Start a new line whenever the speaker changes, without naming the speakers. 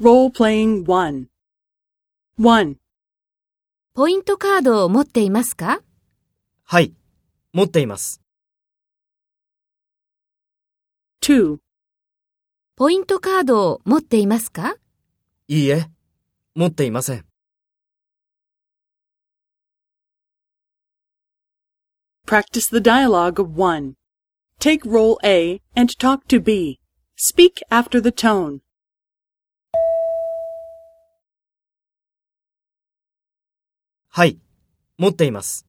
Role playing 1. 1.
ポイントカードを持っていますか
はい、持っています。
2.
ポイントカードを持っていますか
いいえ、持っていません。
Practice the dialogue of 1. Take role A and talk to B. Speak after the tone.
はい、持っています。